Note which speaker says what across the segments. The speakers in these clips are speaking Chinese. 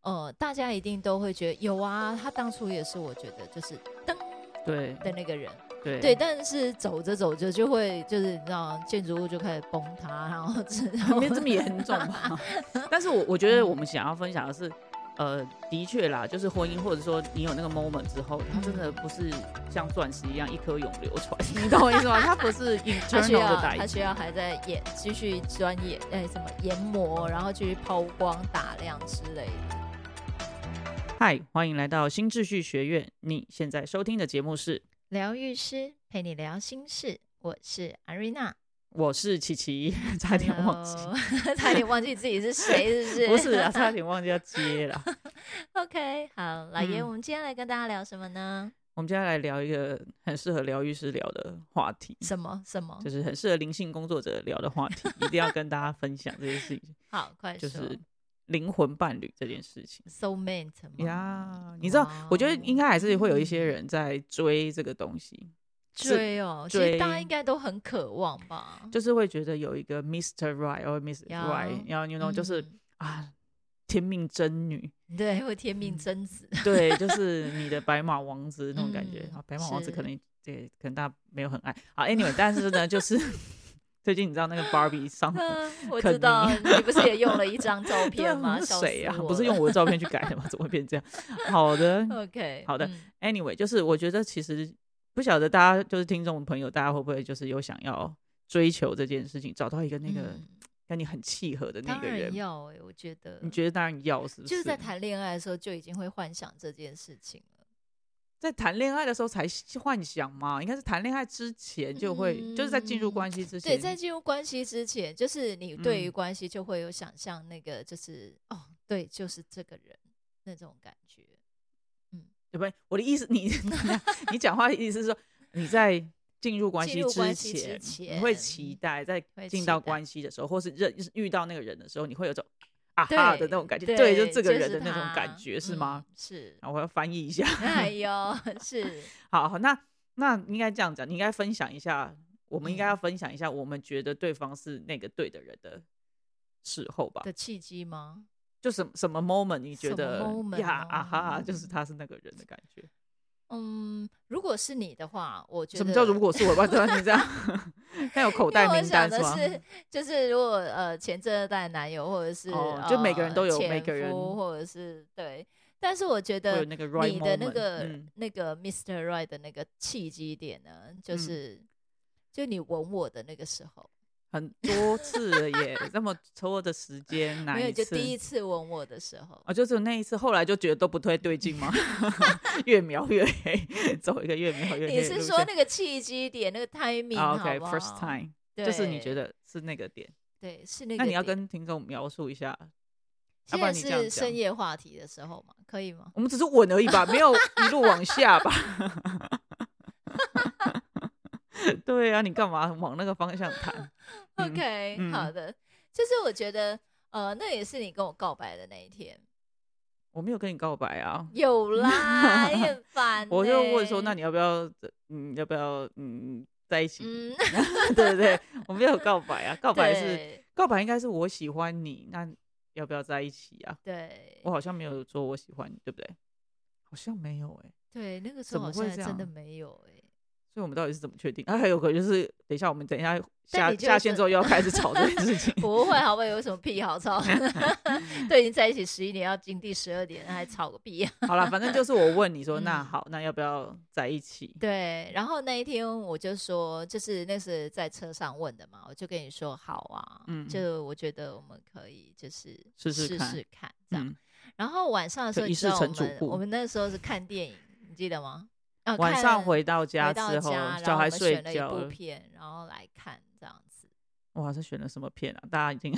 Speaker 1: 呃，大家一定都会觉得有啊，他当初也是我觉得就是噔
Speaker 2: 对
Speaker 1: 的那个人，
Speaker 2: 对
Speaker 1: 对，但是走着走着就会就是你知道建筑物就开始崩塌，然后之后
Speaker 2: 没这么严 重吧？嗯但是我我觉得我们想要分享的是，呃，的确啦，就是婚姻或者说你有那个 moment 之后，它真的不是像钻石一样一颗永流传， 你懂我意思吗？ 它不是
Speaker 1: 他需
Speaker 2: internal
Speaker 1: 要
Speaker 2: 的
Speaker 1: 他
Speaker 2: 代
Speaker 1: 需
Speaker 2: 际。
Speaker 1: 要还在研继续钻研哎、什么研磨，然后继续抛光打亮之类的。
Speaker 2: 嗨，欢迎来到新秩序学院，你现在收听的节目是，
Speaker 1: 疗愈师陪你聊心事，我是阿瑞娜，
Speaker 2: 我是琪琪，差点忘记。
Speaker 1: Hello，差点忘记自己是谁，是
Speaker 2: 不
Speaker 1: 不是？
Speaker 2: 是啊，差点忘记要接了。
Speaker 1: OK，好，老爷，
Speaker 2: 嗯
Speaker 1: 我们今天来跟大家聊什么呢？
Speaker 2: 我们接下来聊一个很适合疗愈师聊的话题，
Speaker 1: 什么什么？
Speaker 2: 就是很适合灵性工作者聊的话题，一定要跟大家分享这件事 情。
Speaker 1: 好，快
Speaker 2: 就
Speaker 1: 说。
Speaker 2: 是灵魂伴侣这件事情
Speaker 1: soul mate 吗
Speaker 2: 呀。你知道，我觉得应该还是会有
Speaker 1: 嗯
Speaker 2: 一些人在追这个东西，是
Speaker 1: 追哦，其
Speaker 2: 追
Speaker 1: 实大家应该都很渴望吧？
Speaker 2: 就是会觉得有一个 Mr. Right 或 Miss
Speaker 1: 呀
Speaker 2: Right，然后 you know 就是
Speaker 1: 嗯
Speaker 2: 啊，天命真女，
Speaker 1: 对，会天命
Speaker 2: 嗯
Speaker 1: 真子，
Speaker 2: 对，就是你的白马王子那种感觉
Speaker 1: 嗯
Speaker 2: 啊。白马王子
Speaker 1: 是
Speaker 2: 可能对，可能大家没有很爱啊。Anyway，但是呢，就是 最近你知道那个 Barbie 上。
Speaker 1: 嗯我
Speaker 2: 肯
Speaker 1: 知道，你不是也用了一张照片 吗？
Speaker 2: 啊那
Speaker 1: 笑
Speaker 2: 谁
Speaker 1: 死
Speaker 2: 呀、
Speaker 1: 我
Speaker 2: 不是
Speaker 1: 了
Speaker 2: 用我的照片去改的吗？怎么会变这样？好的，
Speaker 1: OK，
Speaker 2: 好 的
Speaker 1: 嗯
Speaker 2: Anyway，就是我觉得其实不晓得大家就是听众朋友，大家会不会就是有想要追求这件事情，找到一个那个
Speaker 1: 嗯
Speaker 2: 跟你很契合的那
Speaker 1: 当
Speaker 2: 个
Speaker 1: 然
Speaker 2: 人？
Speaker 1: 要哎，我觉得
Speaker 2: 你觉得当然要，是不是？
Speaker 1: 就是在谈恋爱的时候就已经会幻想这件事情了，
Speaker 2: 在谈恋爱的时候才幻想嘛，应该是谈恋爱之前就会，就是在进入关系之
Speaker 1: 嗯
Speaker 2: 前，
Speaker 1: 对，在进入关系之前，就是你对于
Speaker 2: 嗯
Speaker 1: 关系就会有想象，那个就是、哦，对，就是这个人那种感觉。
Speaker 2: 对不对？我的意思， 你你讲话的意思是说你在。进入关
Speaker 1: 进
Speaker 2: 系
Speaker 1: 入
Speaker 2: 之
Speaker 1: 关系之
Speaker 2: 前，你
Speaker 1: 前
Speaker 2: 会期待在
Speaker 1: 会
Speaker 2: 进
Speaker 1: 期
Speaker 2: 到
Speaker 1: 待
Speaker 2: 关系的时候，或是认遇到那个人的时候，你会有种啊哈的那种感觉，
Speaker 1: 对，
Speaker 2: 就这个
Speaker 1: 是
Speaker 2: 人的那种
Speaker 1: 他
Speaker 2: 感觉是吗？？，
Speaker 1: 嗯是
Speaker 2: 然后我要翻译一下。
Speaker 1: 哎呦，是，
Speaker 2: 好，好，那那应该这样讲，你应该分享一下，我们应该
Speaker 1: 嗯
Speaker 2: 要分享一下，我们觉得对方是那个对的人的时候吧？
Speaker 1: 的契机吗？
Speaker 2: 就什么什么 moment 你
Speaker 1: 什
Speaker 2: 觉
Speaker 1: 么
Speaker 2: 得
Speaker 1: moment
Speaker 2: 呀
Speaker 1: 哦
Speaker 2: 啊哈，就是他是那个人的感觉。
Speaker 1: 嗯，如果是你的话，我觉得
Speaker 2: 什么叫如果是我吧？对吧？你这样， 那有口
Speaker 1: 因为
Speaker 2: 袋
Speaker 1: 我
Speaker 2: 名
Speaker 1: 想
Speaker 2: 单
Speaker 1: 的
Speaker 2: 吗？
Speaker 1: 是，就是如果呃前这代男友或者是、
Speaker 2: 哦就每个人都有
Speaker 1: 呃前
Speaker 2: 每个人
Speaker 1: 夫或者是对，但是我觉
Speaker 2: 会
Speaker 1: 得
Speaker 2: 有那个 right
Speaker 1: 你的那
Speaker 2: moment，
Speaker 1: 个、
Speaker 2: 嗯
Speaker 1: 那个 Mr. Right 的那个契机点呢，就
Speaker 2: 嗯
Speaker 1: 是、就你吻我的那个时候，
Speaker 2: 很多次了耶，这么多的时间，哪
Speaker 1: 没有
Speaker 2: 一
Speaker 1: 就
Speaker 2: 次？
Speaker 1: 第一次吻我的时候，
Speaker 2: 哦，就只有那一次，后来就觉得都不太对劲吗？ 越描越黑，走一个越描越黑
Speaker 1: 你
Speaker 2: 的路线。
Speaker 1: 是说那个契机点那个 timing 好不好
Speaker 2: OK，first、time，
Speaker 1: 对
Speaker 2: 就是你觉得是那个点。
Speaker 1: 对是那个
Speaker 2: 那
Speaker 1: 点，
Speaker 2: 你要跟听众描述一下，
Speaker 1: 现
Speaker 2: 要不然
Speaker 1: 在
Speaker 2: 你这样
Speaker 1: 是
Speaker 2: 讲
Speaker 1: 深夜话题的时候嘛，可以吗？
Speaker 2: 我们只是吻而已吧，没有一路往下吧？ 对啊，你干嘛往那个方向谈？嗯
Speaker 1: OK，、
Speaker 2: 嗯
Speaker 1: 好的，就是我觉得，呃，那也是你跟我告白的那一天，
Speaker 2: 我没有跟你告白啊，
Speaker 1: 有啦，也很烦、
Speaker 2: 我就问说，那，你要不要？嗯，要不要？嗯，在一起？
Speaker 1: 嗯，
Speaker 2: 对不对？我没有告白啊，告白是
Speaker 1: 对
Speaker 2: 告白，应该是我喜欢你，那要不要在一起啊？
Speaker 1: 对
Speaker 2: 我好像没有说我喜欢你，对不对？好像没有哎、
Speaker 1: 对，那个时
Speaker 2: 怎
Speaker 1: 候
Speaker 2: 么
Speaker 1: 好
Speaker 2: 会
Speaker 1: 像还
Speaker 2: 这
Speaker 1: 真的
Speaker 2: 样
Speaker 1: 没有哎、
Speaker 2: 所以我们到底是怎么确定？啊，还有个就是，等一下我们等一下
Speaker 1: 但
Speaker 2: 下
Speaker 1: 你就
Speaker 2: 下
Speaker 1: 是。
Speaker 2: 线之后又要开始吵这件事情
Speaker 1: 不会，好不好？有什么屁好 吵？ 都已经在一起十一年，要进第十二年，还吵个屁呀、
Speaker 2: 好了，反正就是我问你说，
Speaker 1: 嗯
Speaker 2: 那好，那要不要在一起？
Speaker 1: 对，然后那一天我就说，就是那是在车上问的嘛，我就跟你说好啊，
Speaker 2: 嗯
Speaker 1: 就我觉得我们可以就是
Speaker 2: 试试
Speaker 1: 试
Speaker 2: 看
Speaker 1: 试看这样。
Speaker 2: 嗯，
Speaker 1: 然后晚上的时
Speaker 2: 就
Speaker 1: 候，
Speaker 2: 一
Speaker 1: 你知
Speaker 2: 试
Speaker 1: 道我
Speaker 2: 成主
Speaker 1: 们
Speaker 2: 顾
Speaker 1: 我们那时候是看电影，你记得吗？啊
Speaker 2: 晚上
Speaker 1: 看
Speaker 2: 回到家
Speaker 1: 回
Speaker 2: 之
Speaker 1: 到
Speaker 2: 后
Speaker 1: 家，然
Speaker 2: 小
Speaker 1: 后
Speaker 2: 孩
Speaker 1: 我们
Speaker 2: 睡
Speaker 1: 选了
Speaker 2: 觉
Speaker 1: 一部
Speaker 2: 了，
Speaker 1: 片，然后来看这样子。
Speaker 2: 哇，这选的什么片啊？大家已 经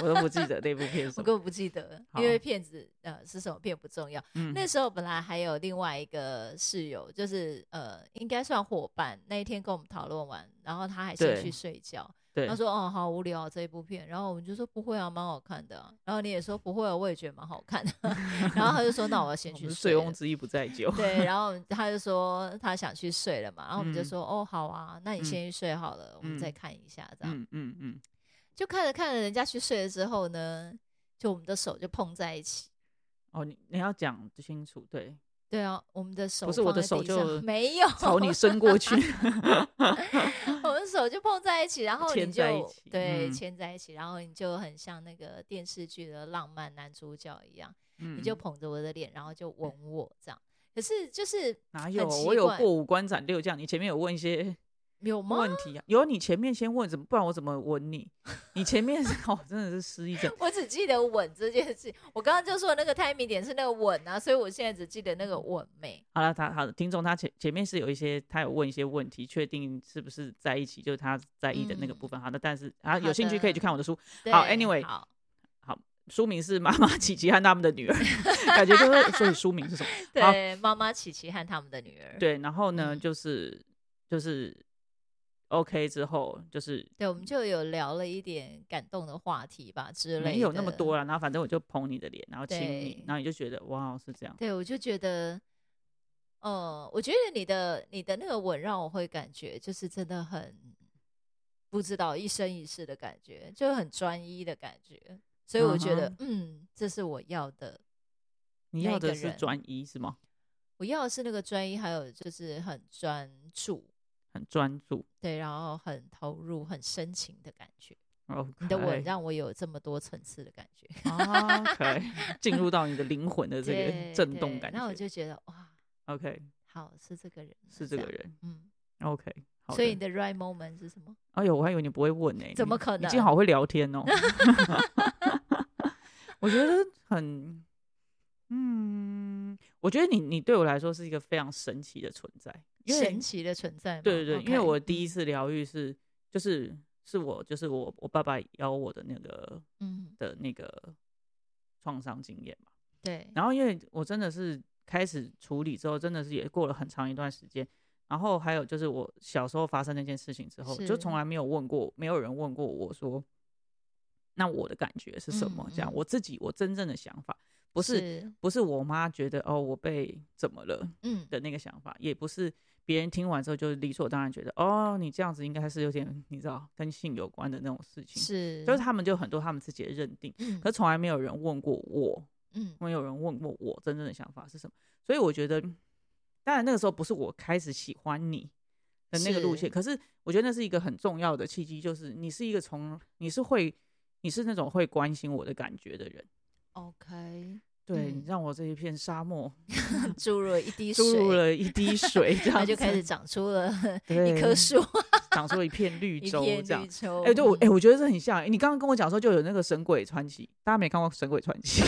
Speaker 2: 我都不记得那部片是
Speaker 1: 我
Speaker 2: 什么。
Speaker 1: 根本不记得，
Speaker 2: 好
Speaker 1: 因为片子呃是什么片不重要。
Speaker 2: 嗯
Speaker 1: 那时候本来还有另外一个室友，就是呃应该算伙伴，那一天跟我们讨论完，然后他还先
Speaker 2: 对
Speaker 1: 去睡觉。
Speaker 2: 对
Speaker 1: 他，说：“哦，好无聊、啊、这一部片。”然后我们就说：“不会啊，蛮好看的啊、然后你也说：“不会、啊，我也觉得蛮好看的。”然后他就说：“那我要先
Speaker 2: 我
Speaker 1: 去
Speaker 2: 们
Speaker 1: 睡
Speaker 2: 醉
Speaker 1: 了。”
Speaker 2: 翁之意不在酒。
Speaker 1: 对，然后他就说他想去睡了嘛，然后我们就
Speaker 2: 嗯
Speaker 1: 说、哦好啊，那你
Speaker 2: 嗯
Speaker 1: 先去睡好了，我们再
Speaker 2: 嗯
Speaker 1: 看一下这样。
Speaker 2: 嗯嗯嗯，
Speaker 1: 就看着看着人家去睡了之后呢，就我们的手就碰在一起，
Speaker 2: 哦，你你要讲清 楚，对，
Speaker 1: 对啊，我们的手
Speaker 2: 不是我的
Speaker 1: 放在
Speaker 2: 手
Speaker 1: 地上
Speaker 2: 就
Speaker 1: 没有，
Speaker 2: 朝你伸 过去。
Speaker 1: 我们手就碰在一起，然后你
Speaker 2: 牵
Speaker 1: 就
Speaker 2: 在一起
Speaker 1: 对
Speaker 2: 嗯
Speaker 1: 牵在一起，然后你就很像那个电视剧的浪漫男主角一样，
Speaker 2: 嗯
Speaker 1: 你就捧着我的脸，然后就吻我这样。可是就是
Speaker 2: 哪有？啊
Speaker 1: 奇
Speaker 2: 我有
Speaker 1: 怪
Speaker 2: 过五官斩六将，你前面有问一些
Speaker 1: 有吗？
Speaker 2: 问题啊？有，你前面先问，怎么不然我怎么吻你？你前面 是哦，真的是失忆症。
Speaker 1: 我只记得吻这件事。我刚刚就说那个 timing 点是那个吻啊，所以我现在只记得那
Speaker 2: 嗯
Speaker 1: 个吻美。
Speaker 2: 好了，他好的听众，他前前面是有一些，他有问一些问题，确定是不是在一起，就是他在意的那个部分。好的，但是啊，
Speaker 1: 嗯
Speaker 2: 有
Speaker 1: 好
Speaker 2: 兴趣可以
Speaker 1: 的
Speaker 2: 去看我的书，
Speaker 1: 对
Speaker 2: 好，anyway
Speaker 1: 好，
Speaker 2: 书名是《妈妈琪琪和他们的女儿》， 感觉就是所以书名是什么？好
Speaker 1: 对，妈妈琪琪和他们的女儿。，
Speaker 2: 对，然后呢，
Speaker 1: 嗯
Speaker 2: 就是就是 OK 之后，就是
Speaker 1: 对，我们就有聊了一点感动的话题吧之类的。
Speaker 2: 没有那么多了，然后反正我就捧你的脸，然后亲你
Speaker 1: 对，
Speaker 2: 然后你就觉得哇是这样，
Speaker 1: 对，我就觉得，呃，我觉得你的你的那个吻让我会感觉就是真的很不知道一生一世的感觉，就很专一的感觉。所以我觉得
Speaker 2: 嗯哼
Speaker 1: 嗯，这是我要的。
Speaker 2: 你
Speaker 1: 那
Speaker 2: 要
Speaker 1: 一个
Speaker 2: 的是
Speaker 1: 人
Speaker 2: 专一是吗？
Speaker 1: 我要的是那个专一，还有就是很专注，
Speaker 2: 很专注。
Speaker 1: 对，然后很投入、很深情的感觉。
Speaker 2: OK，
Speaker 1: 你的 吻让我有这么多层次的感觉，
Speaker 2: 啊 OK 进入到你的灵魂的这
Speaker 1: 对
Speaker 2: 个震动
Speaker 1: 对
Speaker 2: 感
Speaker 1: 那我
Speaker 2: 觉。
Speaker 1: 就觉得哇，
Speaker 2: OK，
Speaker 1: 好是这个人啊，
Speaker 2: 是这个
Speaker 1: 样，
Speaker 2: 人。
Speaker 1: 嗯。
Speaker 2: OK，好
Speaker 1: 所以
Speaker 2: 的
Speaker 1: 你的 right moment 是什么？
Speaker 2: 哎呦，我还以为你不会问呢、
Speaker 1: 怎
Speaker 2: 你
Speaker 1: 么可
Speaker 2: 你竟
Speaker 1: 能
Speaker 2: 好会聊天 哦！我觉得很，嗯，我觉得你你对我来说是一个非常神奇的存在，因为
Speaker 1: 神奇的存在吗？
Speaker 2: 对对对因为
Speaker 1: OK，
Speaker 2: 我第一
Speaker 1: 嗯
Speaker 2: 次疗愈是就是是我就是我我爸爸邀我的那个
Speaker 1: 嗯，
Speaker 2: 的那个创伤经验嘛，
Speaker 1: 对，
Speaker 2: 然后因为我真的是开始处理之后，真的是也过了很长一段时间。然后还有就是我小时候发生那件事情之后，
Speaker 1: 是
Speaker 2: 就从来没有问过，没有人问过我说，那我的感觉是什么？
Speaker 1: 嗯
Speaker 2: 这样
Speaker 1: 嗯
Speaker 2: 我自己我真正的想法，不是
Speaker 1: 是，
Speaker 2: 不是我妈觉得哦我被怎么了
Speaker 1: 嗯，
Speaker 2: 的那个想法，也不是别人听完之后就理所当然觉得哦你这样子应该是有点你知道跟性有关的那种事情，
Speaker 1: 是，
Speaker 2: 就是，他们就很多他们自己的认定，
Speaker 1: 嗯
Speaker 2: 可从来没有人问过我
Speaker 1: 嗯
Speaker 2: 没有人问过我真正的想法是什么，所以我觉得，当然那个时候不是我开始喜欢你的那个路
Speaker 1: 是
Speaker 2: 线，可是我觉得那是一个很重要的契机，就是你是一个从你是会你是那种会关心我的感觉的人，
Speaker 1: ，OK，
Speaker 2: 对、
Speaker 1: 嗯
Speaker 2: 你让我这一片沙漠
Speaker 1: 注入了一滴
Speaker 2: 注入
Speaker 1: 水，
Speaker 2: 了一滴水， 这
Speaker 1: 它
Speaker 2: 样
Speaker 1: 就开始
Speaker 2: 子
Speaker 1: 长出了
Speaker 2: 对
Speaker 1: 一棵树，
Speaker 2: 长出了一片 绿
Speaker 1: 一
Speaker 2: 洲
Speaker 1: 片
Speaker 2: 这样
Speaker 1: 绿。洲。
Speaker 2: 哎、对我，哎、
Speaker 1: 嗯
Speaker 2: 我觉得这很像。你刚刚跟我讲的时候，就有那个《神鬼传奇》，大家没看过《神鬼传 奇》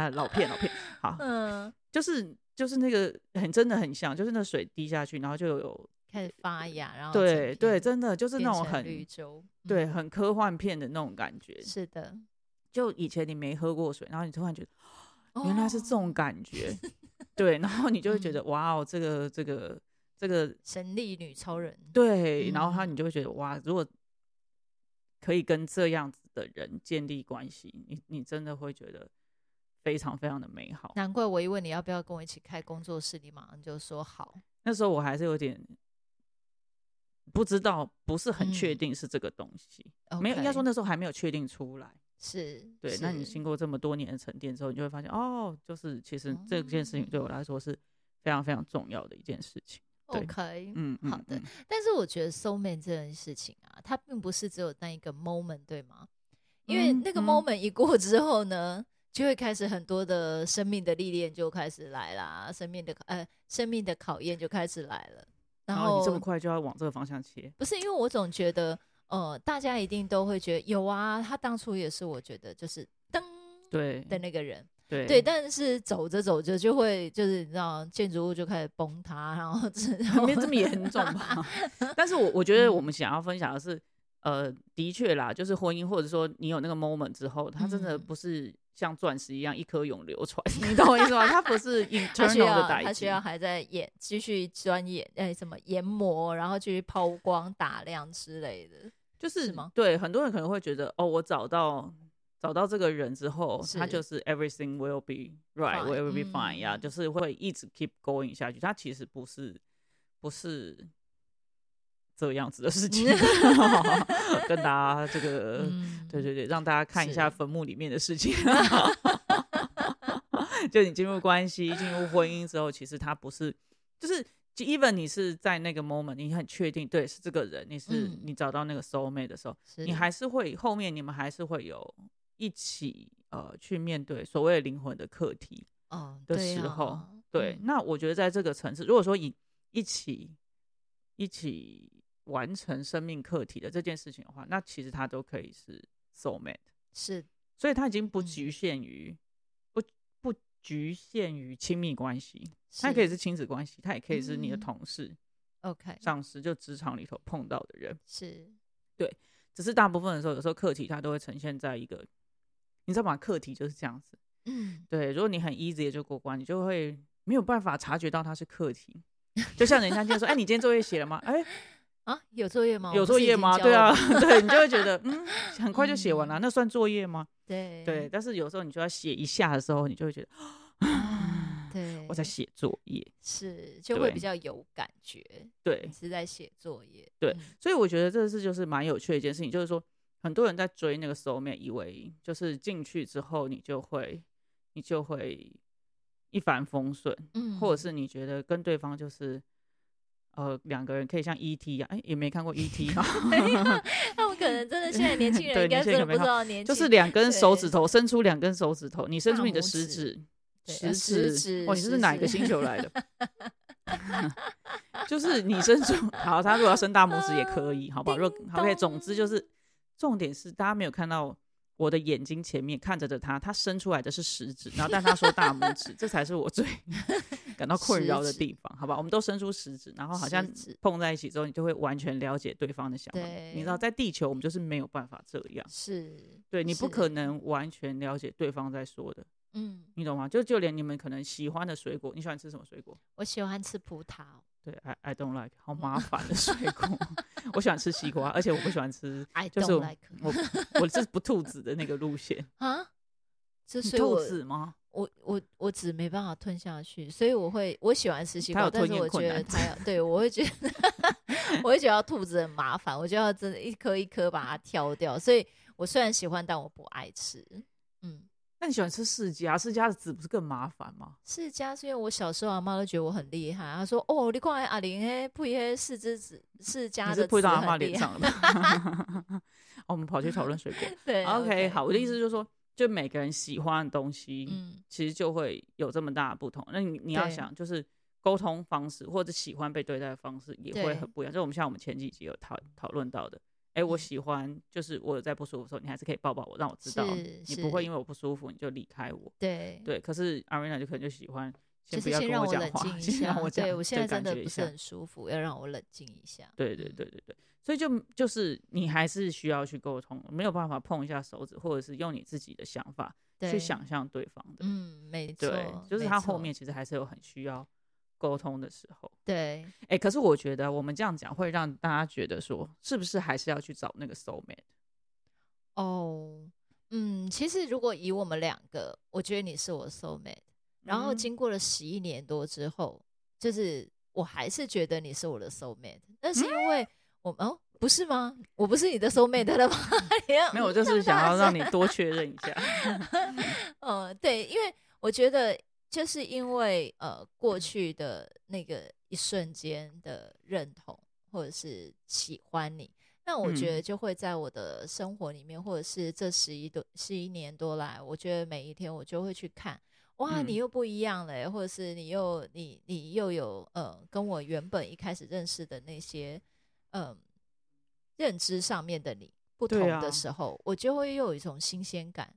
Speaker 2: 啊，老片老片。好，
Speaker 1: 嗯，
Speaker 2: 就是就是那个很真的很像，就是那水滴下去，然后就有
Speaker 1: 开始发芽，然后
Speaker 2: 对
Speaker 1: 整
Speaker 2: 对，
Speaker 1: 片
Speaker 2: 真的就是那
Speaker 1: 变
Speaker 2: 种
Speaker 1: 成绿
Speaker 2: 很
Speaker 1: 洲，嗯
Speaker 2: 对，很科幻片的那种感觉。
Speaker 1: 是的，
Speaker 2: 就以前你没喝过水，然后你突然觉得原来是这种
Speaker 1: 哦 嗯
Speaker 2: 感觉，对，然后你就会觉得哇哦，这个这个这个
Speaker 1: 神力女超人，
Speaker 2: 对，然后他
Speaker 1: 嗯
Speaker 2: 你就会觉得哇，如果可以跟这样子的人建立关系，你你真的会觉得非常非常的美好。
Speaker 1: 难怪我一问你要不要跟我一起开工作室，你马上就说好。
Speaker 2: 那时候我还是有点不知道，不是很确
Speaker 1: 嗯
Speaker 2: 定是这个东西，没有应该
Speaker 1: OK，
Speaker 2: 说那时候还没有确定出来。
Speaker 1: 是，
Speaker 2: 对，那你
Speaker 1: 是
Speaker 2: 经过这么多年的沉淀之后，你就会发现，哦，就是其实这件事情
Speaker 1: 哦
Speaker 2: 对我来说是非常非常重要的一件事情。对
Speaker 1: OK，
Speaker 2: 嗯，嗯
Speaker 1: 好的
Speaker 2: 嗯
Speaker 1: 但是我觉得 soul mate 这件事情啊，它并不是只有那一个 moment，对吗？因为
Speaker 2: 嗯
Speaker 1: 那个
Speaker 2: 嗯
Speaker 1: moment 一过之后呢，就会开始很多的生命的历练就开始来啦，生命的呃生命的考验就开始来了。然
Speaker 2: 然
Speaker 1: 后嗯
Speaker 2: 哦后你这么快就要往这个方向切，
Speaker 1: 不是因为我总觉得呃，大家一定都会觉得有啊，他当初也是我觉得就是噔
Speaker 2: 对
Speaker 1: 的那个人，
Speaker 2: 嗯对
Speaker 1: 对，但是走着走着就会就是你知道建筑物就开始崩塌，然后之后
Speaker 2: 没这么严重吧？ 但是我我觉得我们想要分享的是，呃，的确啦，就是婚姻或者说你有那个 moment 之后，它真的
Speaker 1: 嗯
Speaker 2: 不是像钻石一样一颗永流传，你懂我意思吗？它 不是
Speaker 1: 他需
Speaker 2: internal
Speaker 1: 要
Speaker 2: 的
Speaker 1: 他
Speaker 2: 代
Speaker 1: 需
Speaker 2: 际。
Speaker 1: 要还在研继续钻研，哎，什么研磨，然后继续抛光打亮之类的。
Speaker 2: 就是是
Speaker 1: 吗
Speaker 2: 对很多人可能会觉得，哦，我找到找到这个人之后，他
Speaker 1: 是
Speaker 2: 就是 everything will be right,
Speaker 1: Fine，
Speaker 2: will be fine 呀、
Speaker 1: 嗯
Speaker 2: 就是会一直 keep going 下去。它其实不是不是这样子的 事情，跟大家这个。
Speaker 1: 嗯，
Speaker 2: 对对对，让大家看一下
Speaker 1: 是
Speaker 2: 坟墓里面的事情。 就你进入关系、进入婚姻之后，其实它不是，就是就 even 你是在那个 moment，你很确定对是这个人，你是、
Speaker 1: 嗯
Speaker 2: 你找到那个 soul mate 的时候，
Speaker 1: 是
Speaker 2: 你还是会后面你们还是会有一起呃去面对所谓灵魂的课题。
Speaker 1: 哦
Speaker 2: 的
Speaker 1: 对
Speaker 2: 时
Speaker 1: 啊
Speaker 2: 候，对，
Speaker 1: 嗯
Speaker 2: 那我觉得在这个层次，如果说以一起一起完成生命课题的这件事情的话，那其实它都可以是 soul mate，
Speaker 1: 是
Speaker 2: 所以它已经不
Speaker 1: 嗯
Speaker 2: 局限于、不不局限于亲密关系，
Speaker 1: 是
Speaker 2: 它也可以是亲子关系，它也可以是你的
Speaker 1: 嗯
Speaker 2: 同事、
Speaker 1: OK
Speaker 2: 上司，就职场里头碰到的人。
Speaker 1: 是
Speaker 2: 只是大部分的时候，有时候课题它都会呈现在一个，你知道吗？课题就是这样子。
Speaker 1: 嗯
Speaker 2: 对，如果你很 easy 地就过关，你就会没有办法察觉到它是课题。就像人家今天说，哎、你今天作业写了吗？哎、
Speaker 1: 啊有作业吗？
Speaker 2: 有
Speaker 1: 我不
Speaker 2: 作
Speaker 1: 是已
Speaker 2: 业
Speaker 1: 经
Speaker 2: 吗？
Speaker 1: 交
Speaker 2: 对
Speaker 1: 了
Speaker 2: 啊
Speaker 1: 吗，
Speaker 2: 对，你就会觉得，嗯，很快就写完了，那算作业吗？
Speaker 1: 对
Speaker 2: 对，但是有时候你就要写一下的时候，你就会觉得哦
Speaker 1: 啊对，
Speaker 2: 我在写作业。
Speaker 1: 是就会
Speaker 2: 对
Speaker 1: 比较有感觉，
Speaker 2: 对
Speaker 1: 你，是在写作业，
Speaker 2: 对
Speaker 1: 嗯
Speaker 2: 所以我觉得这是就是蛮有趣的一件事情，就是说很多人在追那个 soul mate，以为就是进去之后你就会你就会一帆风顺，
Speaker 1: 嗯
Speaker 2: 或 者是你觉得跟对方就是呃两个人可以像 E.T. 一样，哎、也没看过 E.T. 啊，
Speaker 1: 他们可能真的现在年轻人
Speaker 2: 对
Speaker 1: 应该
Speaker 2: 年轻
Speaker 1: 真
Speaker 2: 人
Speaker 1: 的不
Speaker 2: 可能
Speaker 1: 知道年纪，
Speaker 2: 就是两根手指
Speaker 1: 对
Speaker 2: 头伸出两根手指头，你伸出你的
Speaker 1: 大拇
Speaker 2: 食
Speaker 1: 指
Speaker 2: 指，
Speaker 1: 对呃食指
Speaker 2: 哇，你这
Speaker 1: 食
Speaker 2: 是哪个
Speaker 1: 指
Speaker 2: 星球来 的？就是你伸出好，他如果要伸大拇指也可以，好不好？如果
Speaker 1: 叮
Speaker 2: 好 OK，总
Speaker 1: 咚
Speaker 2: 之就是重点是大家没有看到我的眼睛前面看着的他，他伸出来的是食指，然后但他说大拇 指，这才是我最 感到困
Speaker 1: 食
Speaker 2: 扰的
Speaker 1: 指
Speaker 2: 地方，好吧？我们都伸出食指，然后好
Speaker 1: 食
Speaker 2: 像
Speaker 1: 指
Speaker 2: 碰在一起之后，你就会完全了解对方的想法。你知道，
Speaker 1: 对
Speaker 2: 在地球我们就是没有办法这样，
Speaker 1: 是，
Speaker 2: 对你不
Speaker 1: 是
Speaker 2: 可，能完全了解对方在说的。
Speaker 1: 嗯，
Speaker 2: 你懂吗？就就连你们可能喜欢的水果，你喜欢吃什么水果？
Speaker 1: 我喜欢吃葡萄，
Speaker 2: 对，I I don't like，好麻烦的水果。 我喜欢吃西瓜，而且我不喜欢吃，
Speaker 1: I
Speaker 2: 就是
Speaker 1: don't
Speaker 2: 我
Speaker 1: like
Speaker 2: 我我是不兔子的那个路线。
Speaker 1: 啊，这
Speaker 2: 你
Speaker 1: 所以
Speaker 2: 兔
Speaker 1: 我
Speaker 2: 子吗？
Speaker 1: 我我我只没办法吞下去，所以我会我喜欢吃西
Speaker 2: 它
Speaker 1: 瓜，
Speaker 2: 有
Speaker 1: 但
Speaker 2: 吞
Speaker 1: 是
Speaker 2: 咽
Speaker 1: 我
Speaker 2: 困
Speaker 1: 觉得
Speaker 2: 难
Speaker 1: 它要 对我会觉得 我会觉得兔子很麻烦，我就要真的一颗一颗把它挑掉，所以我虽然喜欢，但我不爱吃。嗯，
Speaker 2: 那你喜欢吃释迦？释迦的籽不是更麻烦吗？
Speaker 1: 释迦是因为我小时候阿妈都觉得我很厉害，她说哦，你看阿玲嘿，配嘿四只子释迦
Speaker 2: 你
Speaker 1: 的
Speaker 2: 是扑
Speaker 1: 籽
Speaker 2: 到阿
Speaker 1: 很
Speaker 2: 妈
Speaker 1: 厉
Speaker 2: 脸
Speaker 1: 害
Speaker 2: 上了吧？ 哦，我们跑去讨论水果。
Speaker 1: 对
Speaker 2: OK，好，我的意思
Speaker 1: 嗯
Speaker 2: 就是说，就每个人喜欢的东西，
Speaker 1: 嗯
Speaker 2: 其实就会有这么大的不同。那你你要
Speaker 1: 对
Speaker 2: 想，就是沟通方式或者喜欢被对待的方式也会
Speaker 1: 对
Speaker 2: 很不一样。就我们像我们前几集有讨讨论到的，哎、我
Speaker 1: 嗯
Speaker 2: 喜欢就是我有在不舒服的时候，你还是可以抱抱我，让我知道
Speaker 1: 是
Speaker 2: 你不会因
Speaker 1: 是
Speaker 2: 为我不舒服你就离开我。
Speaker 1: 对
Speaker 2: 对，可是 Arena 就可能就喜欢
Speaker 1: 就
Speaker 2: 先不
Speaker 1: 是
Speaker 2: 要
Speaker 1: 先
Speaker 2: 跟
Speaker 1: 让
Speaker 2: 讲
Speaker 1: 冷静
Speaker 2: 话，
Speaker 1: 一
Speaker 2: 先
Speaker 1: 下
Speaker 2: 让我，讲，
Speaker 1: 对我现在
Speaker 2: 感
Speaker 1: 真的
Speaker 2: 觉一
Speaker 1: 不是
Speaker 2: 下
Speaker 1: 很舒服，要让我冷静一下。
Speaker 2: 对对
Speaker 1: 嗯
Speaker 2: 对对对，所以就就是你还是需要去沟通，没有办法碰一下手指，或者是用你自己的想法去
Speaker 1: 对
Speaker 2: 想象对方的。
Speaker 1: 嗯，没错
Speaker 2: 对，，就是
Speaker 1: 没
Speaker 2: 他后
Speaker 1: 错
Speaker 2: 面其实还是有很需要沟通的时候。
Speaker 1: 对
Speaker 2: 哎、可是我觉得我们这样讲会让大家觉得说，是不是还是要去找那个 soul mate？
Speaker 1: 嗯哦，嗯，其实如果以我们两个，我觉得你是我 soul mate，然后
Speaker 2: 嗯
Speaker 1: 经过了十一年多之后，就是我还是觉得你是我的 soul mate，那是因为我们、哦不是吗？我不是你的 soul mate 了吗？ 你要
Speaker 2: 没有，我
Speaker 1: 嗯
Speaker 2: 就
Speaker 1: 那
Speaker 2: 是
Speaker 1: 不
Speaker 2: 想
Speaker 1: 还
Speaker 2: 要 让你多确认一下。
Speaker 1: 呃，对，因为我觉得就是因为呃过去的那个一瞬间的认同或者是喜欢你，那我觉
Speaker 2: 嗯
Speaker 1: 得就会在我的生活里面，或者是这十一多十一年多来，我觉得每一天我就会去看。哇，
Speaker 2: 嗯
Speaker 1: 你又不一样了欸，或者是你又你你又有呃，跟我原本一开始认识的那些嗯、呃认知上面的你不
Speaker 2: 对
Speaker 1: 同
Speaker 2: 啊
Speaker 1: 的时候，我就会又有一种新鲜感。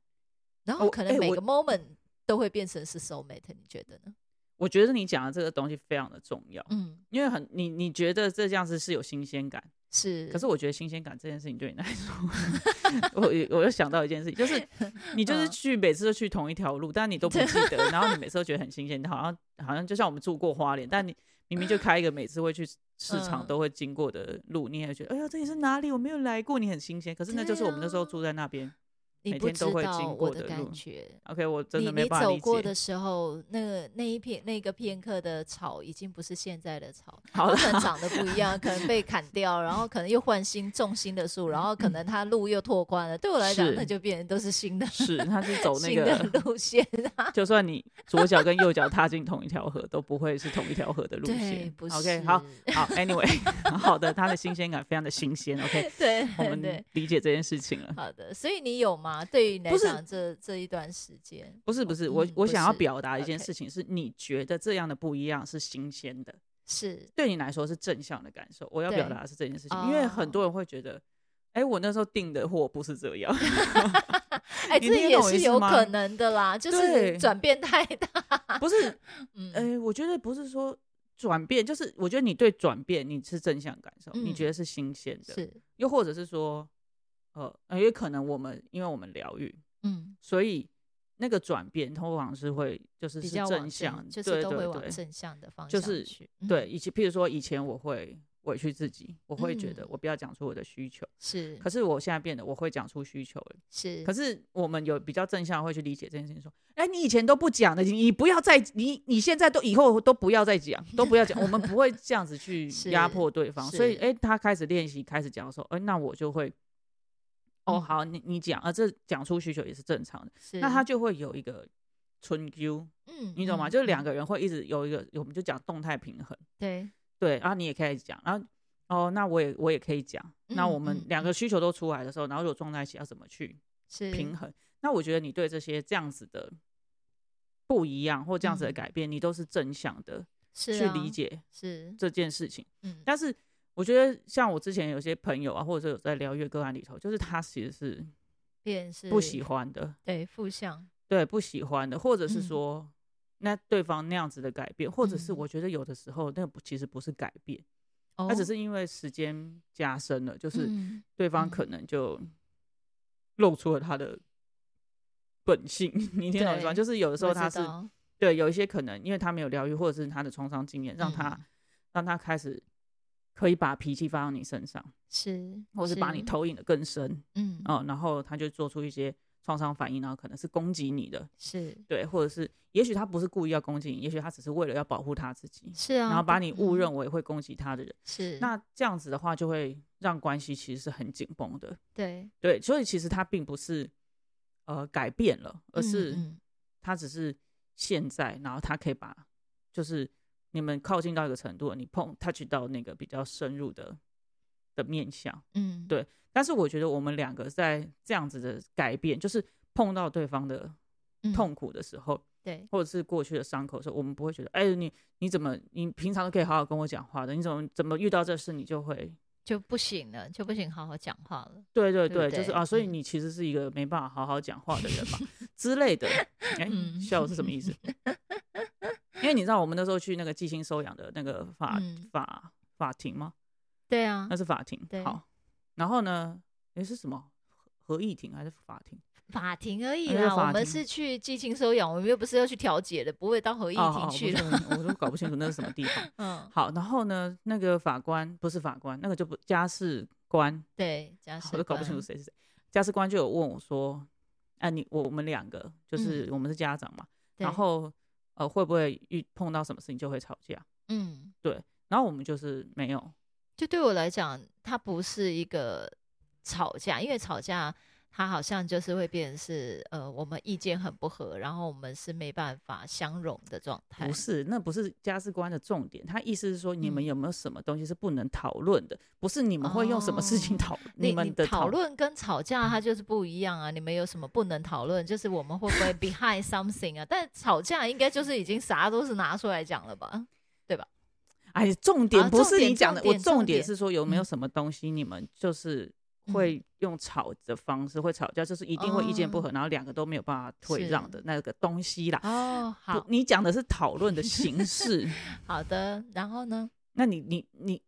Speaker 1: 然
Speaker 2: 哦
Speaker 1: 后可能
Speaker 2: 哎
Speaker 1: 每
Speaker 2: 我
Speaker 1: 个 moment 都会变成是 soul mate，你觉得呢？
Speaker 2: 我觉得你讲的这个东西非常的重要，
Speaker 1: 嗯，
Speaker 2: 因为很你你觉得这样子是有新鲜感，
Speaker 1: 是，
Speaker 2: 可是我觉得新鲜感这件事情对你来说， 我我又想到一件事情，就是你就是
Speaker 1: 嗯
Speaker 2: 去每次都去同一条路，但你都不记得，然后你每次都觉得很新鲜，好像好像就像我们住过花莲，但你明明就开一个每次会去市场
Speaker 1: 嗯
Speaker 2: 都会经过的路，你也觉得哎呀这里是哪里？我没有来过，你很新鲜。可是那就是我们那时候
Speaker 1: 对啊
Speaker 2: 住在那边，
Speaker 1: 你
Speaker 2: 每
Speaker 1: 不
Speaker 2: 天
Speaker 1: 知
Speaker 2: 都会
Speaker 1: 道
Speaker 2: 经
Speaker 1: 我
Speaker 2: 过
Speaker 1: 的
Speaker 2: 的
Speaker 1: 感
Speaker 2: 路
Speaker 1: 觉。
Speaker 2: OK，我真
Speaker 1: 你
Speaker 2: 的没
Speaker 1: 你
Speaker 2: 办法
Speaker 1: 走
Speaker 2: 理
Speaker 1: 过
Speaker 2: 解。
Speaker 1: 的时候，那个那一片那个片刻的草，已经不是现在的 草，
Speaker 2: 好
Speaker 1: 它
Speaker 2: 了，
Speaker 1: 可能长得不一样，可能被砍掉，然后可能又换新种新的树，然后可能它路又拓宽了。对我来讲，
Speaker 2: 是
Speaker 1: 那就变成都是新的
Speaker 2: 是他是走那
Speaker 1: 新的
Speaker 2: 个，
Speaker 1: 路线啊。
Speaker 2: 就算你左脚跟右脚踏进同一条河，都不会是同一条河的路
Speaker 1: 对，
Speaker 2: 线
Speaker 1: 不。是
Speaker 2: OK，好，好，Anyway，好 的，它的新鲜感非常的新鲜。OK，
Speaker 1: 对，
Speaker 2: 哎 我
Speaker 1: 对
Speaker 2: 们。理解这件事情了。
Speaker 1: 好的，所以你有吗？对于你来
Speaker 2: 不是
Speaker 1: 讲，这这一段时间
Speaker 2: 不是不是，
Speaker 1: 嗯
Speaker 2: 我
Speaker 1: 不
Speaker 2: 我想要
Speaker 1: 是
Speaker 2: 表达一件
Speaker 1: ，OK
Speaker 2: 事情是，你觉得这样的不一样是新鲜的，
Speaker 1: 是
Speaker 2: 对你来说是正向的感受。我要表
Speaker 1: 对
Speaker 2: 达的是这件事情，因为很
Speaker 1: 哦
Speaker 2: 多人会觉得，哎，我那时候订的货不是这 样，
Speaker 1: 哎、
Speaker 2: 你
Speaker 1: 这
Speaker 2: 听
Speaker 1: 也
Speaker 2: 懂我
Speaker 1: 是
Speaker 2: 意思
Speaker 1: 有
Speaker 2: 吗
Speaker 1: 可能的啦，就是
Speaker 2: 对
Speaker 1: 转变太 大。
Speaker 2: 不是
Speaker 1: 嗯，
Speaker 2: 哎、我觉得不是说转变，就是我觉得你对转变你是正向感受，你
Speaker 1: 嗯
Speaker 2: 觉得是新鲜的，
Speaker 1: 是，
Speaker 2: 又或者是说，呃，呃也可能我们因为我们疗愈，
Speaker 1: 嗯，
Speaker 2: 所以那个转变通常是会就是
Speaker 1: 比
Speaker 2: 是
Speaker 1: 较往
Speaker 2: 正
Speaker 1: 正
Speaker 2: 向，
Speaker 1: 就是
Speaker 2: 对
Speaker 1: 都会
Speaker 2: 对
Speaker 1: 往
Speaker 2: 对，
Speaker 1: 正向的方
Speaker 2: 就
Speaker 1: 向
Speaker 2: 是
Speaker 1: 去。嗯
Speaker 2: 对，，以前譬如说以前我会委屈自己，我会觉得
Speaker 1: 嗯
Speaker 2: 我不要讲出我的需求，
Speaker 1: 是
Speaker 2: 可是我现在变得我会讲出需求了，
Speaker 1: 是，
Speaker 2: 可是我们有比较正向会去理解这件事情，说，哎、你以前都不讲的，你你不要再，你你现在都以后都不要再讲，都不要讲，我们不会这样子 去
Speaker 1: 是
Speaker 2: 压迫对方，所以，
Speaker 1: 是
Speaker 2: 哎、他开始练习，开始讲说，哎、那我就会，哦，
Speaker 1: 嗯
Speaker 2: 好，你你讲啊，这讲出需求也是正常的，
Speaker 1: 是
Speaker 2: 那他就会有一个春 Q，
Speaker 1: 嗯，
Speaker 2: 你懂吗？
Speaker 1: 嗯
Speaker 2: 就是两
Speaker 1: 嗯
Speaker 2: 个人会一直有一个，我们就讲动态平衡，
Speaker 1: 对
Speaker 2: 对，然后你也可以讲，然后。哦，那我也我也可以讲。那
Speaker 1: 嗯
Speaker 2: 我们
Speaker 1: 嗯
Speaker 2: 两个需求都出来的时候，然后有撞在一起，要怎么去
Speaker 1: 是
Speaker 2: 平衡。那我觉得你对这些这样子的不一样或这样子的
Speaker 1: 嗯
Speaker 2: 改变，你都是正向的
Speaker 1: 是
Speaker 2: 去
Speaker 1: 啊
Speaker 2: 理解
Speaker 1: 是
Speaker 2: 这件事情。
Speaker 1: 嗯
Speaker 2: 但是我觉得像我之前有些朋友啊，或者说有在疗愈个案里头，就是他其实是
Speaker 1: 变是
Speaker 2: 不喜欢的，
Speaker 1: 对负向
Speaker 2: 对，不喜欢的，或者是
Speaker 1: 嗯
Speaker 2: 说。那对方那样子的改变，或者是
Speaker 1: 嗯
Speaker 2: 我觉得有的时候那不其实不是改变，
Speaker 1: 哦，
Speaker 2: 他只是因为时间加深了，就是
Speaker 1: 嗯
Speaker 2: 对方
Speaker 1: 嗯
Speaker 2: 可能就露出了他的本性， 你听懂我意思吗？
Speaker 1: 对
Speaker 2: 就是有的时候
Speaker 1: 我知
Speaker 2: 他是
Speaker 1: 道
Speaker 2: 对，有一些可能因为他没有疗愈，或者是他的创伤经验，让他、
Speaker 1: 嗯
Speaker 2: 让他开始可以把脾气发到你身上，
Speaker 1: 是，
Speaker 2: 或是把你投影的更深，
Speaker 1: 嗯
Speaker 2: 嗯，然后他就做出一些创伤反应，然后可能是攻击你的，
Speaker 1: 是
Speaker 2: 对，或者是也许他不是故意要攻击你，也许他只是为了要保护他自己，
Speaker 1: 是啊，
Speaker 2: 然后把
Speaker 1: 不
Speaker 2: 你误
Speaker 1: 嗯
Speaker 2: 认为会攻击他的人，
Speaker 1: 是
Speaker 2: 那这样子的话就会让关系其实是很紧绷的，
Speaker 1: 对，
Speaker 2: 对，所以其实他并不是呃改变了，而
Speaker 1: 嗯
Speaker 2: 是。
Speaker 1: 嗯
Speaker 2: 他只是现在，然后他可以把就是你们靠近到一个程度，你碰 touch 到那个比较深入的的面向。
Speaker 1: 嗯
Speaker 2: 对但是我觉得我们两个在这样子的改变，就是碰到对方的
Speaker 1: 嗯
Speaker 2: 痛苦的时候，
Speaker 1: 对
Speaker 2: 或者是过去的伤口的时候，我们不会觉得，哎、你你怎么你平常都可以好好跟我讲话的，你怎么怎么遇到这事你就会。
Speaker 1: 就不行了，就不行好好讲话了。
Speaker 2: 对对
Speaker 1: 对
Speaker 2: 对，
Speaker 1: 不
Speaker 2: 就是
Speaker 1: 对
Speaker 2: 啊，所以
Speaker 1: 嗯
Speaker 2: 你其实是一个没办法好好讲话的人嘛之类的。哎、
Speaker 1: 嗯
Speaker 2: 笑是什么意思？因为你知道我们那时候去那个寄心收养的那个法、
Speaker 1: 嗯
Speaker 2: 法法庭吗？
Speaker 1: 对啊
Speaker 2: 那，是法庭
Speaker 1: 对。
Speaker 2: 好，然后呢？哎、是什么？合合议庭还是法庭？
Speaker 1: 法庭而已
Speaker 2: 那就
Speaker 1: 啦，我
Speaker 2: 法
Speaker 1: 们
Speaker 2: 庭
Speaker 1: 是去寄情收养，我们又不是要去调解的，不会到合议
Speaker 2: 哦
Speaker 1: 庭去
Speaker 2: 哦
Speaker 1: 了。
Speaker 2: 哦不是我都搞不清楚那是什么地方。
Speaker 1: 嗯，
Speaker 2: 好，然后呢？那个法官不是法官，那个就不家事官，
Speaker 1: 对，嗯假设
Speaker 2: 我都搞不清楚谁是谁。家事官就有问我说：“哎、你我我们两个
Speaker 1: 嗯
Speaker 2: 就是、我们是家长嘛，然后呃会不会遇碰到什么事情就会吵架？
Speaker 1: 嗯，
Speaker 2: 然后我们就是没有，
Speaker 1: 就对我来讲，它不是一个吵架，因为吵架它好像就是会变成是呃，我们意见很不合，然后我们是没办法相容的状态。
Speaker 2: 不是那不是家事观的重点，他意思是说你们
Speaker 1: 嗯
Speaker 2: 有没有什么东西是不能讨论的，不是你们会用什么事情
Speaker 1: 哦
Speaker 2: 讨、
Speaker 1: 你
Speaker 2: 们的
Speaker 1: 讨论跟吵架，它就是不一样啊！你们有什么不能讨论？就是我们会不会 behind something 啊？但吵架应该就是已经啥都是拿出来讲了吧？嗯
Speaker 2: 哎，重点
Speaker 1: 啊
Speaker 2: 不
Speaker 1: 重
Speaker 2: 是
Speaker 1: 点
Speaker 2: 你讲
Speaker 1: 重
Speaker 2: 的，我
Speaker 1: 点
Speaker 2: 重
Speaker 1: 重
Speaker 2: 点
Speaker 1: 点
Speaker 2: 是说有没有
Speaker 1: 嗯
Speaker 2: 什么东西你们就是
Speaker 1: 嗯
Speaker 2: 会用吵的方式会吵架，就是一定会意见不合，然后两个都没有办法退
Speaker 1: 哦是
Speaker 2: 让的那个东西啦。
Speaker 1: 哦，
Speaker 2: 不
Speaker 1: 好
Speaker 2: 你讲的是讨论的形式，
Speaker 1: 好的，然后呢？
Speaker 2: 那你你你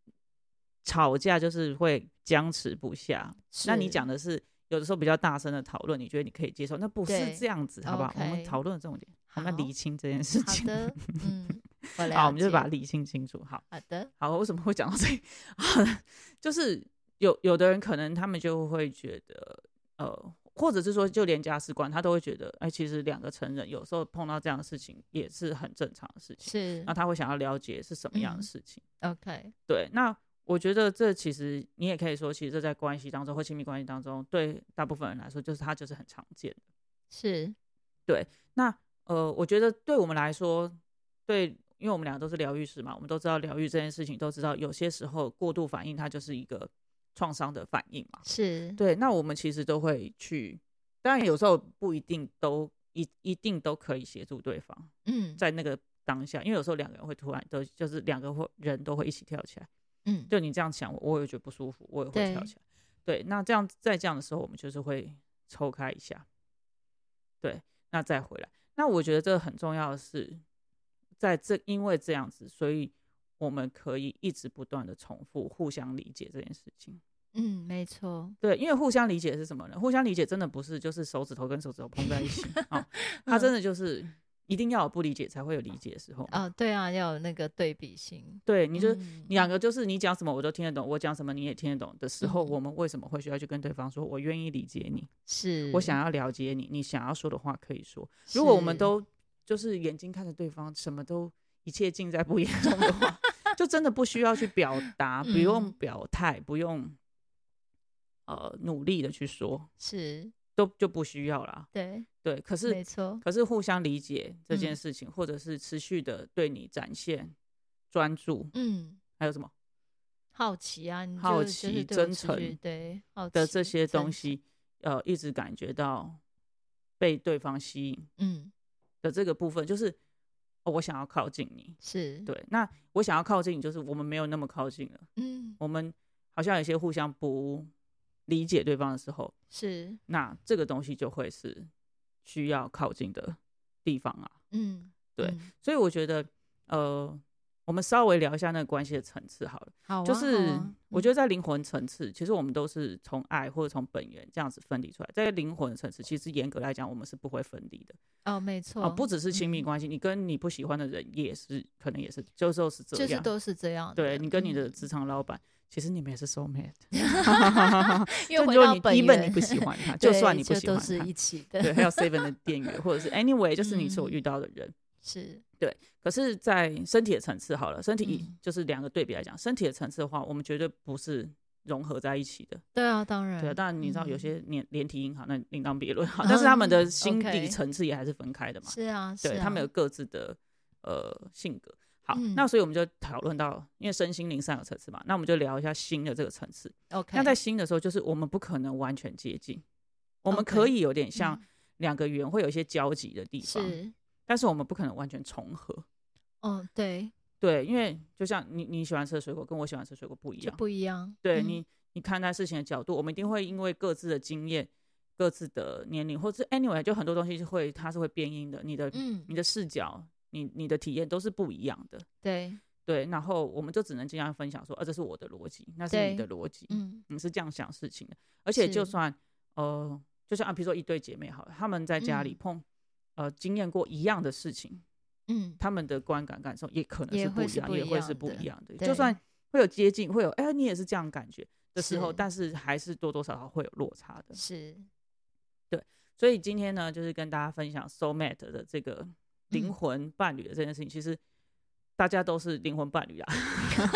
Speaker 2: 吵架就是会僵持不下。那你
Speaker 1: 是
Speaker 2: 讲的是有的时候比较大声的讨论，你觉得你可以接受，那不是
Speaker 1: 对
Speaker 2: 这样子，好不好？我们
Speaker 1: OK
Speaker 2: 讨论重点，我们要
Speaker 1: 好
Speaker 2: 理清这件事
Speaker 1: 好
Speaker 2: 情。
Speaker 1: 的，嗯，我了
Speaker 2: 好，我们就
Speaker 1: 解
Speaker 2: 把它理清清楚。好，
Speaker 1: 好的，
Speaker 2: 好，为什么会讲到这里？就是有有的人可能他们就会觉得，呃，或者是说就连家事观，他都会觉得，哎，其实两个成人有时候碰到这样的事情也是很正常的事情，
Speaker 1: 是
Speaker 2: 那他会想要了解是什么样的
Speaker 1: 嗯
Speaker 2: 事情。
Speaker 1: OK，
Speaker 2: 对，那我觉得这其实你也可以说，其实这在关系当中或亲密关系当中，对大部分人来说，就是它就是很常见的。
Speaker 1: 是
Speaker 2: 那呃，我觉得对我们来说，对，因为我们俩都是疗愈师嘛，我们都知道疗愈这件事情，都知道有些时候过度反应它就是一个创伤的反应嘛。
Speaker 1: 是，
Speaker 2: 对，那我们其实都会去，当然有时候不一定都一一定都可以协助对方
Speaker 1: 嗯
Speaker 2: 在那个当下，因为有时候两个人会突然都就是两个会人都会一起跳起来。
Speaker 1: 嗯，
Speaker 2: 就你这样想，我我也觉得不舒服，我也会跳
Speaker 1: 对
Speaker 2: 起来。对，那这样在这样的时候，我们就是会抽开一下，对，那再回来。那我觉得这很重要的是，在这因为这样子，所以我们可以一直不断的重复互相理解这件事情。
Speaker 1: 嗯，没错，
Speaker 2: 对，因为互相理解是什么呢？互相理解真的不是就是手指头跟手指头碰在 一起啊、
Speaker 1: 嗯
Speaker 2: 它真的就是一定要有不理解才会有理解的时候。
Speaker 1: 哦，对啊，要有那个对比性，
Speaker 2: 对，你就
Speaker 1: 嗯
Speaker 2: 两个就是你讲什么我都听得懂，我讲什么你也听得懂的时候，
Speaker 1: 嗯
Speaker 2: 我们为什么会需要去跟对方说，我愿意理解你，
Speaker 1: 是，
Speaker 2: 我想要了解你，你想要说的话可以说。如果我们
Speaker 1: 嗯是
Speaker 2: 都就是眼睛看着对方，什么都一切尽在不言中的话， 就真的不需要去表达，不用
Speaker 1: 嗯
Speaker 2: 表态，不用呃努力的去说，
Speaker 1: 是
Speaker 2: 都就不需要啦。
Speaker 1: 对，
Speaker 2: 对，可是
Speaker 1: 没错，
Speaker 2: 可是互相理解这件
Speaker 1: 嗯
Speaker 2: 事情，或者是持续的对你展现专注，
Speaker 1: 嗯，
Speaker 2: 还有什么？
Speaker 1: 好奇啊，你
Speaker 2: 好
Speaker 1: 就就是
Speaker 2: 奇
Speaker 1: 对我
Speaker 2: 真
Speaker 1: 持续
Speaker 2: 诚
Speaker 1: 对好
Speaker 2: 的
Speaker 1: 奇
Speaker 2: 这些
Speaker 1: 真
Speaker 2: 东
Speaker 1: 诚，
Speaker 2: 西，呃，一直感觉到被对方吸引
Speaker 1: 嗯，
Speaker 2: 的这个部分，就是、哦、我想要靠近你。
Speaker 1: 是，
Speaker 2: 对，那我想要靠近你，就是我们没有那么靠近了，
Speaker 1: 嗯，
Speaker 2: 我们好像有些互相不理解对方的时候，
Speaker 1: 是，
Speaker 2: 那这个东西就会是需要靠近的地方啊。
Speaker 1: 嗯，
Speaker 2: 对
Speaker 1: 嗯
Speaker 2: 所以我觉得，呃，我们稍微聊一下那个关系的层次好了。
Speaker 1: 好啊，
Speaker 2: 就是我觉
Speaker 1: 得
Speaker 2: 得在灵魂层次，其实我们都是从爱或者从本源这样子分离出来。在灵魂的层次，其实严格来讲，我们是不会分离的
Speaker 1: 哦，没错，
Speaker 2: 啊、不只是亲密
Speaker 1: 嗯
Speaker 2: 关系，你跟你不喜欢的人也是，可能也是，就时候是这
Speaker 1: 就是
Speaker 2: 样。
Speaker 1: 都是这样的，
Speaker 2: 对你跟你的
Speaker 1: 嗯
Speaker 2: 职场老板，其实你们也是 soul mate，
Speaker 1: 又
Speaker 2: 就
Speaker 1: 回
Speaker 2: 如果
Speaker 1: 到
Speaker 2: 你
Speaker 1: 本
Speaker 2: even 你
Speaker 1: 源
Speaker 2: 不，喜欢 他，就
Speaker 1: 对
Speaker 2: 算你不喜
Speaker 1: 就
Speaker 2: 欢
Speaker 1: 都是一
Speaker 2: 他，
Speaker 1: 起
Speaker 2: 对，
Speaker 1: 的，
Speaker 2: 还有 seven 的店员，或者是 anyway，就是你所
Speaker 1: 嗯
Speaker 2: 遇到的人。
Speaker 1: 是，
Speaker 2: 可是，在身体的层次好了，身体以
Speaker 1: 嗯
Speaker 2: 就是两个对比来讲，身体的层次的话，我们绝对不是融合在一起的。
Speaker 1: 对啊，当然，
Speaker 2: 对啊，当然你知道有
Speaker 1: 嗯
Speaker 2: 些连连体银行那另 当别论哈，但是他们的
Speaker 1: 嗯
Speaker 2: 心理
Speaker 1: ，OK
Speaker 2: 层次也还是分开的嘛。
Speaker 1: 是啊，
Speaker 2: 对
Speaker 1: 是
Speaker 2: 他们
Speaker 1: 啊
Speaker 2: 有各自的呃性格。好，
Speaker 1: 嗯
Speaker 2: 那所以我们就讨论到，因为身心灵三个层次嘛，那我们就聊一下心的这个层次。
Speaker 1: 啊 OK，
Speaker 2: 那在心的时候，就是我们不可能完全接近，我们
Speaker 1: OK，
Speaker 2: 可以有点像
Speaker 1: 嗯
Speaker 2: 两个圆会有一些交集的地方，
Speaker 1: 是，
Speaker 2: 但是我们不可能完全重合。
Speaker 1: 嗯，对，
Speaker 2: 对，因为就像你你喜欢吃的水果跟我喜欢吃的水果不一
Speaker 1: 就
Speaker 2: 样，
Speaker 1: 不一样，
Speaker 2: 对
Speaker 1: 嗯
Speaker 2: 你，你看待事情的角度，我们一定会因为各自的经验、各自的年龄，或者是 anyway，就很多东西是会它是会变音的。你的、
Speaker 1: 嗯，
Speaker 2: 你的视角、你你的体验都是不一样的。
Speaker 1: 对，
Speaker 2: 对，然后我们就只能尽量分享说，啊，这是我的逻辑，那是你
Speaker 1: 对
Speaker 2: 的逻辑，
Speaker 1: 嗯，
Speaker 2: 你是这样想事情的。而且就是算呃，就像啊，比如说一对姐妹好了，她们在家里
Speaker 1: 嗯
Speaker 2: 碰、呃经验过一样的事情，
Speaker 1: 嗯，
Speaker 2: 他们的观感感受也可能
Speaker 1: 也
Speaker 2: 是不
Speaker 1: 会
Speaker 2: 一
Speaker 1: 是
Speaker 2: 样，
Speaker 1: 不
Speaker 2: 也
Speaker 1: 一
Speaker 2: 会是
Speaker 1: 样
Speaker 2: 不
Speaker 1: 的
Speaker 2: 一样的。
Speaker 1: 对
Speaker 2: 就算会有接近，会有哎、你也是这样感觉的时候，
Speaker 1: 是
Speaker 2: 但是还是多多少少会有落差的。
Speaker 1: 是，
Speaker 2: 所以今天呢，就是跟大家分享 soul mate 的这个灵
Speaker 1: 嗯
Speaker 2: 魂伴侣的这件事情，其实大家都是灵魂伴侣 啊。
Speaker 1: 其实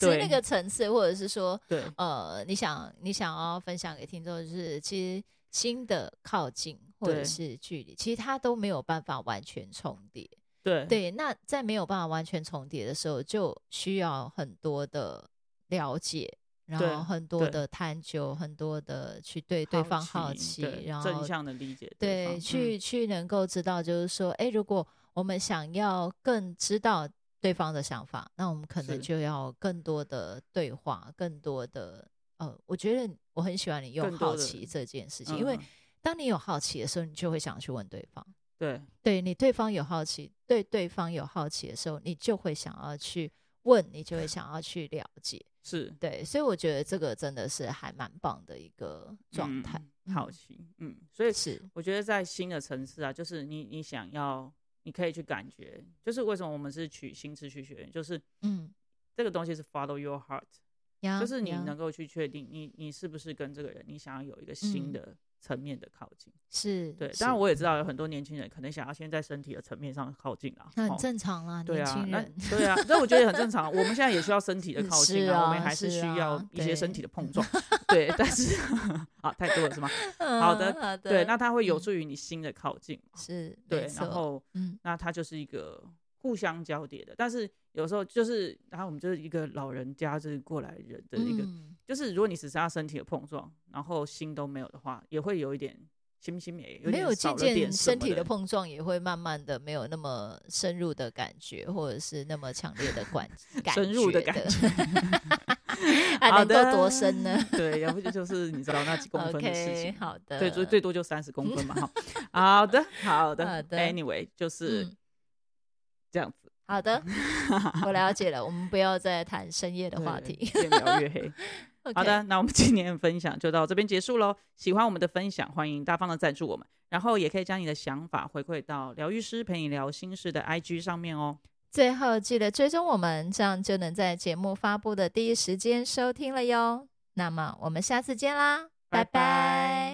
Speaker 1: 那
Speaker 2: 对
Speaker 1: 个层次，或者是说，
Speaker 2: 对，
Speaker 1: 呃，你想你想要分享给听众，就是其实新的靠近或
Speaker 2: 对
Speaker 1: 者是距离，其实它都没有办法完全重叠。
Speaker 2: 对，
Speaker 1: 对，那在没有办法完全重叠的时候，就需要很多的了解。然
Speaker 2: 对
Speaker 1: 后很多
Speaker 2: 对
Speaker 1: 的探究，很多的去对对方好奇，
Speaker 2: 对
Speaker 1: 然后
Speaker 2: 正向的理解方
Speaker 1: 对，
Speaker 2: 嗯
Speaker 1: 去、去能够知道，就是说，哎，如果我们想要更知道对方的想法，那我们可
Speaker 2: 是
Speaker 1: 能就要更多的对话，更多的呃，我觉得我很喜欢你用
Speaker 2: 更多
Speaker 1: 好
Speaker 2: 的
Speaker 1: 奇这件事情，
Speaker 2: 嗯
Speaker 1: 因为
Speaker 2: 嗯
Speaker 1: 当你有好奇的时候，你就会想去问对方。
Speaker 2: 对
Speaker 1: 对你，对方有好奇，对对方有好奇的时候，你就会想要去问，你就会想要去了解。
Speaker 2: 是
Speaker 1: 对，所以我觉得这个真的是还蛮棒的一个状态。
Speaker 2: 嗯好
Speaker 1: 嗯
Speaker 2: 奇，嗯，所以
Speaker 1: 是，
Speaker 2: 我觉得在新的层次啊，就是你你想要，你可以去感觉，就是为什么我们是取心智去学院，就是
Speaker 1: 嗯，
Speaker 2: 这个东西是 follow your heart，、
Speaker 1: 呀
Speaker 2: 就是你
Speaker 1: 呀
Speaker 2: 能够去确定你你是不是跟这个人，你想要有一个新
Speaker 1: 嗯
Speaker 2: 的层面的靠近。
Speaker 1: 是，
Speaker 2: 对，
Speaker 1: 是
Speaker 2: 当然我也知道有很多年轻人可能想要先在身体的层面上靠近啊，
Speaker 1: 那
Speaker 2: 哦
Speaker 1: 很正常啦，
Speaker 2: 对
Speaker 1: 年
Speaker 2: 啊
Speaker 1: 轻，
Speaker 2: 那
Speaker 1: 人
Speaker 2: 对啊，这我觉得也很正常。我们现在也需要身体的靠近
Speaker 1: 是
Speaker 2: 啊，
Speaker 1: 啊
Speaker 2: 我们还是需
Speaker 1: 是啊
Speaker 2: 要一些
Speaker 1: 对
Speaker 2: 身体的碰撞。对，但是 啊，太多 了是吗？好的
Speaker 1: 嗯好 的，
Speaker 2: 对，那它会有
Speaker 1: 嗯
Speaker 2: 助于你心的靠近嘛？
Speaker 1: 是
Speaker 2: 对，
Speaker 1: 没
Speaker 2: 然
Speaker 1: 错
Speaker 2: 后
Speaker 1: 嗯，
Speaker 2: 那它就是一个互相交叠的。但是有时候就是，然后我们就是一个老人家，就是过来人的一个，
Speaker 1: 嗯
Speaker 2: 就是如果你只是他身体的碰撞，然后心都没有的话，也会有一点心心也有
Speaker 1: 没有
Speaker 2: 点少
Speaker 1: 渐
Speaker 2: 了点
Speaker 1: 渐
Speaker 2: 什
Speaker 1: 身
Speaker 2: 么
Speaker 1: 体的
Speaker 2: 的。
Speaker 1: 碰撞也会慢慢的没有那么深入的感觉，或者是那么强烈的 感感
Speaker 2: 深入的
Speaker 1: 觉
Speaker 2: 感
Speaker 1: 的
Speaker 2: 觉，
Speaker 1: 还
Speaker 2: 好
Speaker 1: 能够
Speaker 2: 的
Speaker 1: 多深呢
Speaker 2: 对，要不就就是你知道那几公分的事
Speaker 1: ？OK，
Speaker 2: 情，
Speaker 1: 好的，
Speaker 2: 对，最最多就三十公分嘛， 哈。好的，好的
Speaker 1: 好的
Speaker 2: a n y w a y 就是
Speaker 1: 嗯
Speaker 2: 这样子。
Speaker 1: 好 的，我了解了，我们不要再谈深夜的话
Speaker 2: 对
Speaker 1: 题。
Speaker 2: 越描越黑。好
Speaker 1: OK，
Speaker 2: 的，那我们今天的分享就到这边结束喽。喜欢我们的分享，欢迎大方的赞助我们，然后也可以将你的想法回馈到疗愈师陪你聊心事的 IG 上面哦。
Speaker 1: 最后记得追踪我们，这样就能在节目发布的第一时间收听了哟。那么我们下次见啦，
Speaker 2: 拜
Speaker 1: 拜拜